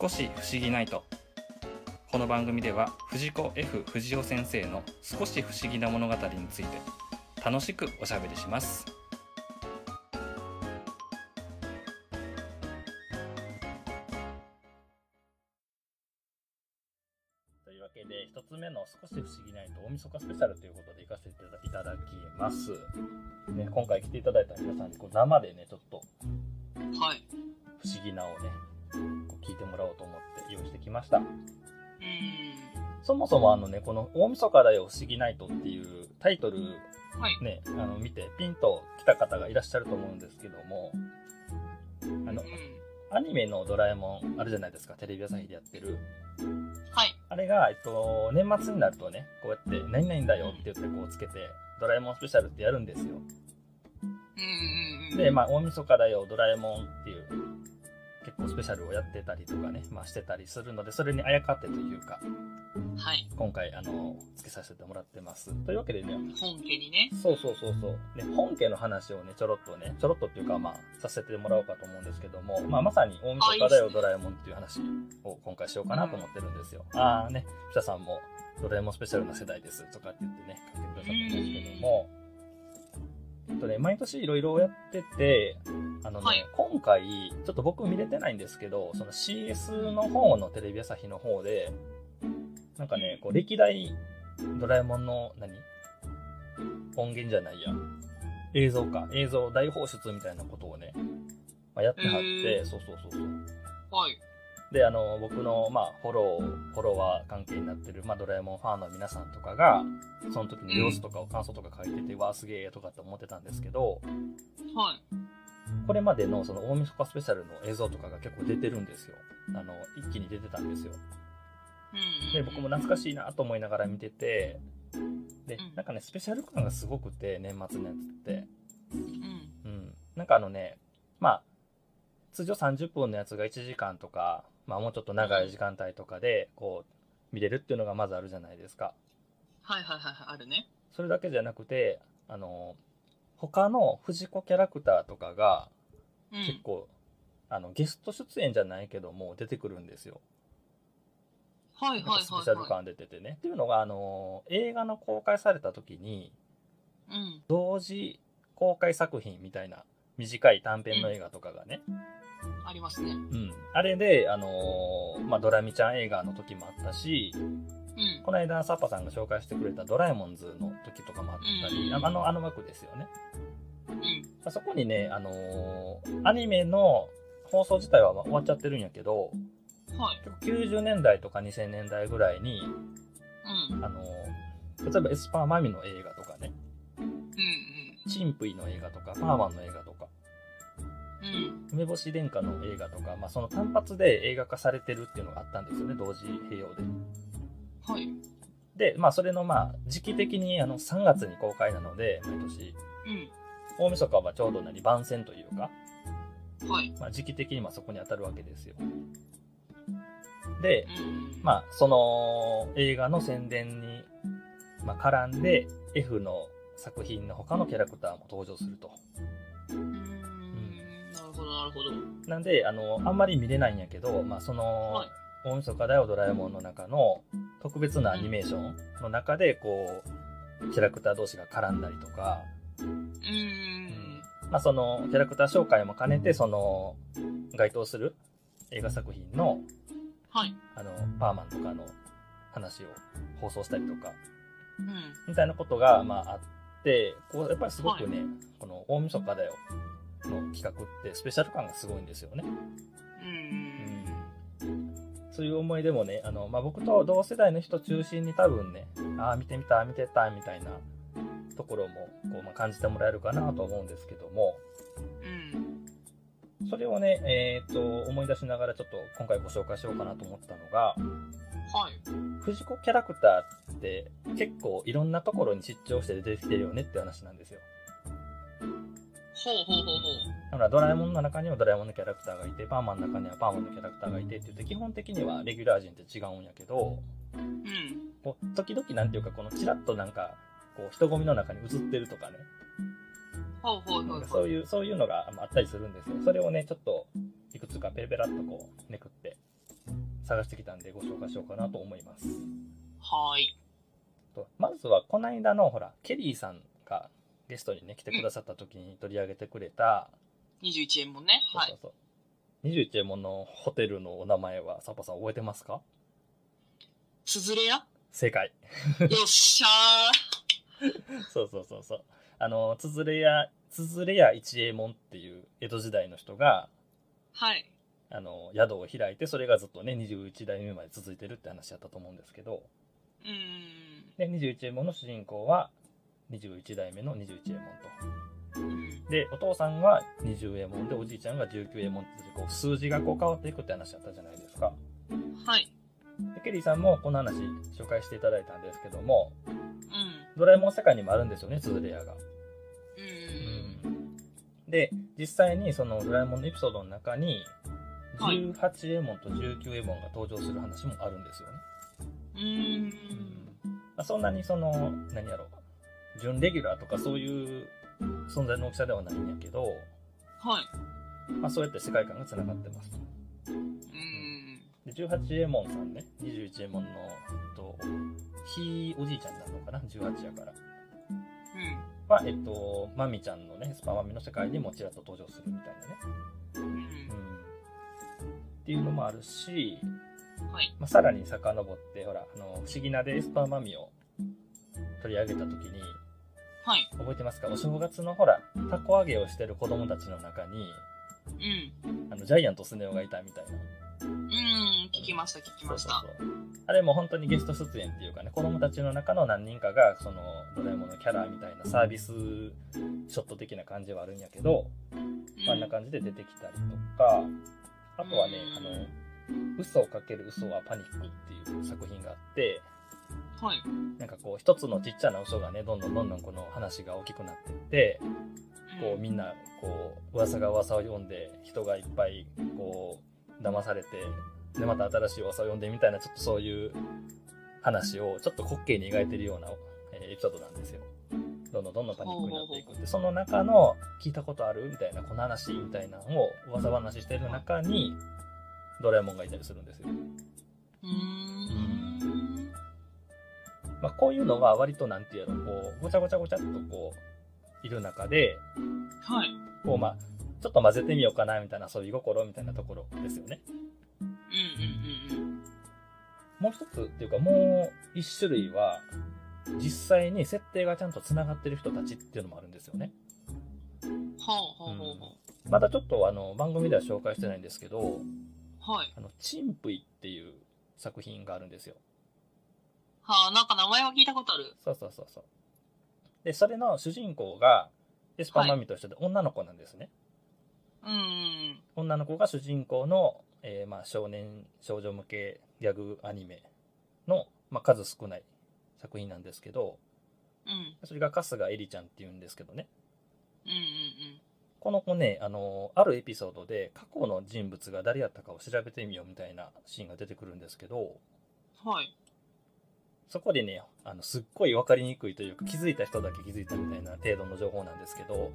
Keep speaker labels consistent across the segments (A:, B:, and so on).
A: 少し不思議ないとこの番組では藤子 F 不二雄先生の少し不思議な物語について楽しくおしゃべりしますというわけで一つ目の少し不思議ないと大晦日スペシャルということで行かせていただきます、ね、今回来ていただいた皆さんにこう生でねちょっと
B: はい。
A: 不思議なをねこう聞いてもらおうと思って用意してきました
B: う
A: そもそもあのねこの「大晦日だよ不思議ナイト」っていうタイトル
B: ーん。はい。
A: ねあの見てピンと来た方がいらっしゃると思うんですけどもあの
B: うん。
A: アニメの「ドラえもん」あるじゃないですかテレビ朝日でやってる
B: はい。
A: あれが、えっと、年末になるとねこうやって「何々だよ」って言ってこうつけて「ドラえもんスペシャル」ってやるんですよ
B: うんうんうん。
A: で、まあ、大晦日だよ、ドラえもんっていう、結構スペシャルをやってたりとかね、まあ、してたりするので、それにあやかってというか、
B: はい。
A: 今回、あの、つけさせてもらってます。というわけでね、
B: 本家にね。
A: そうそうそうそう、ね、本家の話をね、ちょろっとね、ちょろっとっていうか、まあ、させてもらおうかと思うんですけども、まあ、まさに大晦日だよ、
B: あいいですね
A: ドラえもんっていう話を今回しようかなと思ってるんですよ。あーね、ピタさんも、ドラえもんスペシャルな世代ですとかって言ってね、書いてくださったんですけども、えっとね、毎年いろいろやってて、あのね、
B: はい
A: 今回、ちょっと僕見れてないんですけど、その CS の方のテレビ朝日の方で、なんかね、こう歴代ドラえもんの何音源じゃないや。映像か。映像大放出みたいなことをね、まあ、やってはっ
B: へ
A: て、そうそうそうそう。
B: はい。
A: で、あの、僕の、まあ、フォロー、フォロワー関係になってる、まあ、ドラえもんファンの皆さんとかが、その時の様子とかを感想とか書いてて、わあ、すげえとかって思ってたんですけど、
B: はい。
A: これまでのその大晦日スペシャルの映像とかが結構出てるんですよ。あの、一気に出てたんですよ。
B: うんうん。
A: で、僕も懐かしいなと思いながら見てて、で
B: うん、
A: なんかね、スペシャル感がすごくて、年末のやつって。
B: うん。
A: うん、なんかあのねまあ通常30分のやつが1時間とか、まあ、もうちょっと長い時間帯とかでこう見れるっていうのがまずあるじゃないですか
B: はいはいはいはい。あるね。
A: それだけじゃなくてあの他の藤子キャラクターとかが
B: う
A: 結
B: ん。
A: 構、あのゲスト出演じゃないけども出てくるんですよ
B: はい
A: なん
B: は
A: か
B: い
A: スペ
B: はい
A: シャル
B: は
A: 感出ててね、っていうのがあの映画の公開された時に
B: い。うん。
A: 同時公開作品みたいな短い短編の映画とかがね、
B: ありますね。うん。
A: うん、あれで、あのーまあ、ドラミちゃん映画の時もあったし、この間、サッパさんが紹介してくれたドラえもんズの時とかもあったり、
B: うん
A: ああの、あの枠ですよね。
B: うん。
A: そこにね、あのーアニメの放送自体はまあ終わっちゃってるんやけど、
B: はい。
A: 90年代とか2000年代ぐらいに、
B: うん。
A: あのー例えばエスパーマミの映画とかね、
B: うん
A: チンプイの映画とか、パーマンの映画とか、
B: うん。うん。
A: 梅干し殿下の映画とか、まあ、その単発で映画化されてるっていうのがあったんですよね、同時併用で。
B: はい。うん。
A: で、まあ、それの、まあ、時期的に、あの、3月に公開なので、毎年、大晦日はちょうどなり番宣というか、
B: はい。
A: まあ、時期的に、まあ、そこに当たるわけですよ。で
B: う、ん。あ。
A: まあ、その、映画の宣伝に、まあ、絡んで、F の作品の他のキャラクターも登場すると。
B: うん。なるほどなるほど。
A: なんで、あの、あんまり見れないんやけど、まあ、その、
B: はい。
A: 大晦日だよドラえもんの中の特別なアニメーションの中で、こう、キャラクター同士が絡んだりとか、
B: うん。
A: まあ、そのキャラクター紹介も兼ねてその該当する映画作品の
B: はい。
A: あのパーマンとかの話を放送したりとか
B: うん。
A: みたいなことがまああってこうやっぱりすごくね、この「大晦日だよ」の企画ってスペシャル感がすごいんですよね。
B: うん。
A: そういう思いでもねあの、まあ、僕と同世代の人中心に多分ねああ見てみた見てたみたいなところもこう、まあ、感じてもらえるかなと思うんですけども。
B: うん。
A: それをね、えー、と思い出しながらちょっと今回ご紹介しようかなと思ったのが
B: はい。
A: 藤子キャラクターって結構いろんなところに出張して出てきてるよねって話なんですよ
B: ほうほうほうほう。
A: だからドラえもんの中にはドラえもんのキャラクターがいてパーマンの中にはパーマンのキャラクターがいてって言って基本的にはレギュラー陣って違うんやけど
B: うん。
A: こう時々なんていうかこのチラッとなんかこう人混みの中に映ってるとかね
B: ほうほうほ
A: な
B: うん
A: か
B: ほ
A: そう
B: う。
A: いうそういうのがまああったりするんですよそれをねちょっといくつかペラペラっとこうめくって探してきたんでご紹介しようかなと思います。
B: はい。
A: とまずはこの間のほらケリーさんがゲストにね来てくださった時に取り上げてくれた、
B: 21円もね。は
A: そう
B: い。
A: そうそう21円ものホテルのお名前はサパさん覚えてますか
B: つづ れや
A: 正解
B: よっしゃ
A: そうそうそうそうあのつづれ屋つづれ屋一右衛門っていう江戸時代の人が
B: ー。はい。
A: あの宿を開いてそれがずっとね21代目まで続いてるって話だったと思うんですけど
B: うーん。
A: で21右衛門の主人公は21代目の21右衛門と
B: うん
A: でお父さんが20右衛門でおじいちゃんが19右衛門ってこう数字がこう変わっていくって話だったじゃないですか
B: はい。
A: でケリーさんもこの話紹介していただいたんですけども
B: うん。
A: ドラえもん世界にもあるんですよねツズレアが、
B: うーん。
A: で実際にそのドラえもんのエピソードの中に
B: はい
A: 18右衛門と19右衛門が登場する話もあるんですよね、
B: うーん。
A: まあ、そんなにその何やろう準レギュラーとかそういう存在の大きさではないんやけど、
B: はい。
A: まあ、そうやって世界観がつながってますと
B: うーん。
A: で18右衛門さんね21右衛門の、えっと、ひいおじいちゃんになるのかな18やからはえっとまみちゃんのねスパマミの世界にもちらっと登場するみたいなね、
B: うん。う
A: うん、っていうのもあるし、
B: ん。はい。
A: まあ、さらに遡ってほらあの不思議なでスパマミを取り上げた時に
B: はい。
A: 覚えてますかお正月のほらたこ揚げをしてる子供たちの中に
B: うん。
A: あのジャイアントスネ夫がいたみたいな
B: うん。聞きました、聞きました。
A: そうそうそうあれも本当にゲスト出演っていうかね子供たちの中の何人かがそのドラえもんのキャラみたいなサービスショット的な感じはあるんやけど、
B: うん
A: まああんな感じで出てきたりとかあとはね
B: うん
A: 「あの嘘をかける嘘はパニック」っていう作品があって
B: はい。
A: なんかこう一つのちっちゃな嘘がねどんどんどんどんこの話が大きくなってってこうみんなこう噂が噂を読んで人がいっぱいこう騙されてでまた新しい噂を読んでみたいなちょっとそういう話をちょっと滑稽に描いてるような、えーエピソードなんですよ。どんどんどんどんパニックになっていくでその中の聞いたことあるみたいなこの話みたいなのを噂話してる中にドラえもんがいたりするんですよ。
B: うーん。
A: まあ、こういうのは割となんていうのこうごちゃごちゃごちゃっとこういる中で
B: はい。
A: こうまあちょっと混ぜてみようかなみたいなそういう心みたいなところですよね。
B: うんうんうんうん。
A: もう一つっていうかもう一種類は実際に設定がちゃんとつながってる人たちっていうのもあるんですよね。
B: はあはあは
A: またちょっとあの番組では紹介してないんですけど
B: あはあ。はい。
A: 「あのチンプイ」っていう作品があるんですよ。
B: はあ、なんか名前は聞いたことある。
A: そうそうそうそう。でそれの主人公がエスパーマミとしてで女の子なんですね。
B: うんうん
A: 女の子が主人公の、えーまあ、少年少女向けギャグアニメの、まあ、数少ない作品なんですけど
B: うん。うん。
A: それが春日エリちゃんっていうんですけどね。
B: うんうん
A: この子ね、あの、あるエピソードで過去の人物が誰やったかを調べてみようみたいなシーンが出てくるんですけど、
B: うん。はい。
A: そこでね、あの、すっごい分かりにくいというか、気づいた人だけ気づいたみたいな程度の情報なんですけど、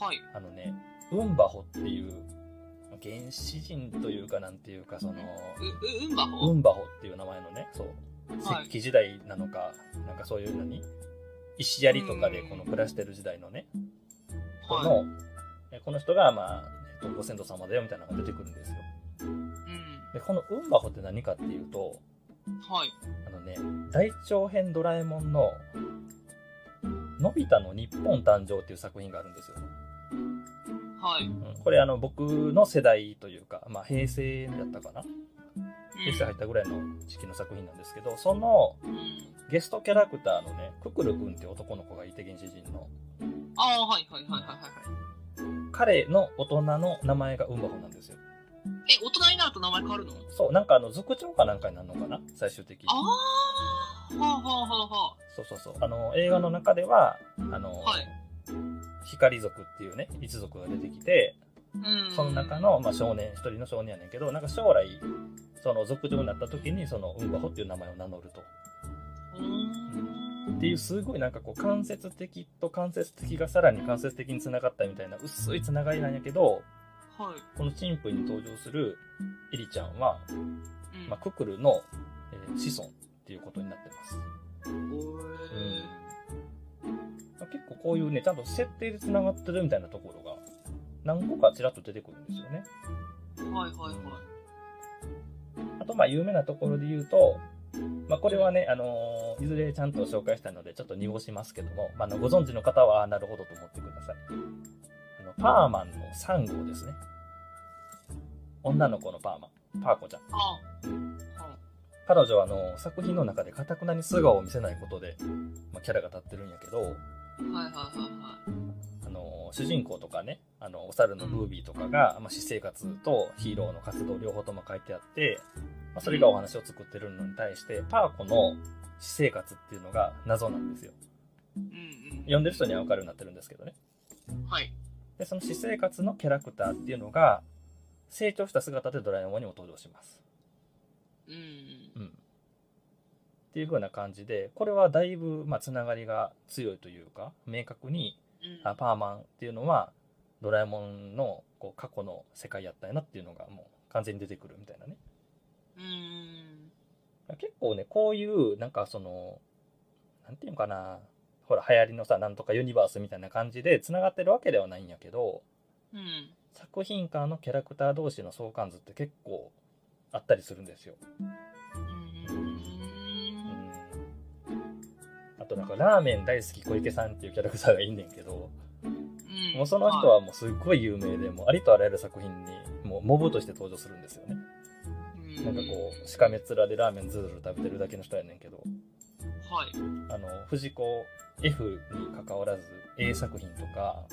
B: はい。
A: あのね、ウンバホっていう、原始人というかなんていうか、その、
B: う、う、うんば
A: ウ
B: ほ
A: ンバホっていう名前のね、そう、
B: はい
A: 石器時代なのか、なんかそういう何石槍とかでこの暮らしてる時代のね、こ
B: は
A: の、えこの人が、まあ、えっとご先祖様だよみたいなのが出てくるんですよ。
B: い。うん。
A: でこのウンバホって何かっていうと
B: はい。
A: あのね大長編ドラえもんの「のび太の日本誕生」っていう作品があるんですよ、
B: はい。
A: うんこれあの僕の世代というか、まあ、平成だったかな平成入ったぐらいの時期の作品なんですけどその
B: うん。うん
A: ゲストキャラクターのねククル君って男の子がいて原始人の
B: ああ、はいはいはいはいはいは
A: 彼の大人の名前がウンバホなんですよ
B: い。え、大人になると名前変わるの
A: そうなんかあの族長かなんかになるのかな最終的に
B: ああ。はあはあはあは
A: そうそうそうあの映画の中ではあの、
B: あ。はい。
A: 光族っていうね一族が出てきて
B: うん。
A: その中。の、まあ、少年一人の少年やねんけどなんか将来その族長になった時にそのウンバホっていう名前を名乗ると
B: うーん。
A: っていうすごいなんかこう間接的と間接的がさらに間接的に繋がったみたいな薄い繋がりなんやけど
B: はい。
A: このチンプに登場するエリちゃんは
B: ううん
A: まあ、ククルの、えー子孫っていうことになってます。
B: お
A: うん
B: ー
A: まあ結構こういうね、ちゃんと設定で繋がってるみたいなところが、何個かちらっと出てくるんですよね。
B: はいはいはい。
A: あと、まあ、有名なところで言うと、まあ、これはね、あのーいずれちゃんと紹介したいので、ちょっと濁しますけども、まあ、あのご存知の方は、あなるほどと思ってください。あの、パーマンの3号ですね。女の子のパーマン、パーコちゃん。
B: あ
A: 彼女は、あの、作品の中でかたくなに素顔を見せないことで、まあ、キャラが立ってるんやけど、
B: はいはいはい
A: あの主人公とかねあのお猿のブービーとかが、まあ、私生活とヒーローの活動両方とも書いてあって、まあ、それがお話を作ってるのに対してパーコの私生活っていうのが謎なんですよ
B: はい。うんうん。
A: 読んでる人には分かるようになってるんですけどね
B: はい。
A: でその私生活のキャラクターっていうのが成長した姿でドラえもんにも登場します、
B: うんうん。
A: うん、っていう風な感じでこれはだいぶまあつながりが強いというか明確に
B: うん
A: あパーマンっていうのはドラえもんのこう過去の世界やったんやなっていうのがもう完全に出てくるみたいなね
B: うん。
A: 結構ねこういうなんかそのなんていうのかなほら流行りのさなんとかユニバースみたいな感じでつながってるわけではないんやけど
B: うん。
A: 作品間のキャラクター同士の相関図って結構あったりするんですよ、うん
B: うん。
A: あとなんかラーメン大好き小池さんっていうキャラクターがいんねんけど
B: うん。
A: もうその人はもうすっごい有名でもうありとあらゆる作品にもうモブとして登場するんですよね
B: い、
A: なんかこう、しかめっ面でラーメンズルズル食べてるだけの人やねんけど、
B: う。はい。うん
A: あの、藤子 F に関わらず A 作品とか、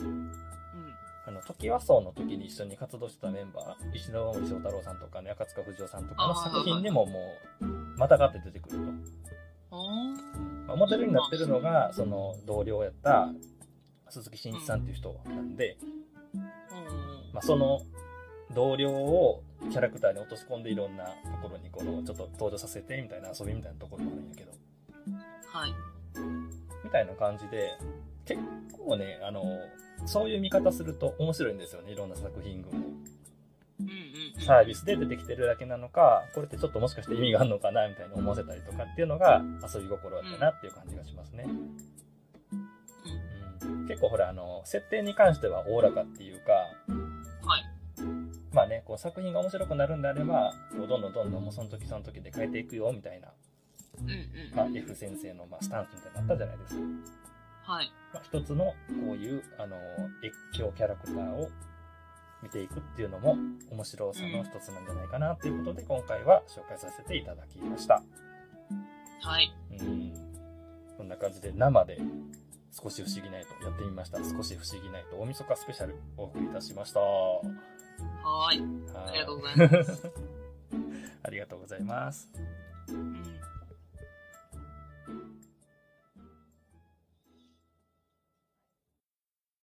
A: あの、時和荘の時に一緒に活動してたメンバー、石ノ森章太郎さんとかね、赤塚不二夫さんとかの作品にももう、またがって出てくる
B: あ
A: と。まあ、モデルになってるのが、その、同僚やった鈴木伸一さんっていう人なんで、
B: ーうん。
A: まあ、その、同僚をキャラクターに落とし込んでいろんなところにこのちょっと登場させてみたいな遊びみたいなところもあるんやけど
B: はい。
A: みたいな感じで、結構ね、あの、そういう見方すると面白いんですよね、いろんな作品群も。
B: うんうん。
A: サービスで出てきてるだけなのか、これってちょっともしかして意味があるのかな、みたいに思わせたりとかっていうのが遊び心だったなっていう感じがしますね。うん、結構ほら、あの、設定に関してはおおらかっていうか、
B: はい
A: まあね、こう作品が面白くなるんであれば、こうどんどんどんどんもうその時その時で変えていくよ、みたいな、
B: うんう
A: まあ、
B: ん。
A: F 先生のまあスタンスみたいになのあったじゃないですか。
B: はい。
A: まあ、一つのこういうあの越境キャラクターを見ていくっていうのも面白さの一つなんじゃないかなということで今回は紹介させていただきました
B: はい。
A: うんこんな感じで生で少し不思議ないとやってみました少し不思議ないと大晦日スペシャルお送りいたしましたは
B: はーい。
A: い
B: ありがとうございます。
A: ありがとうございます
B: うん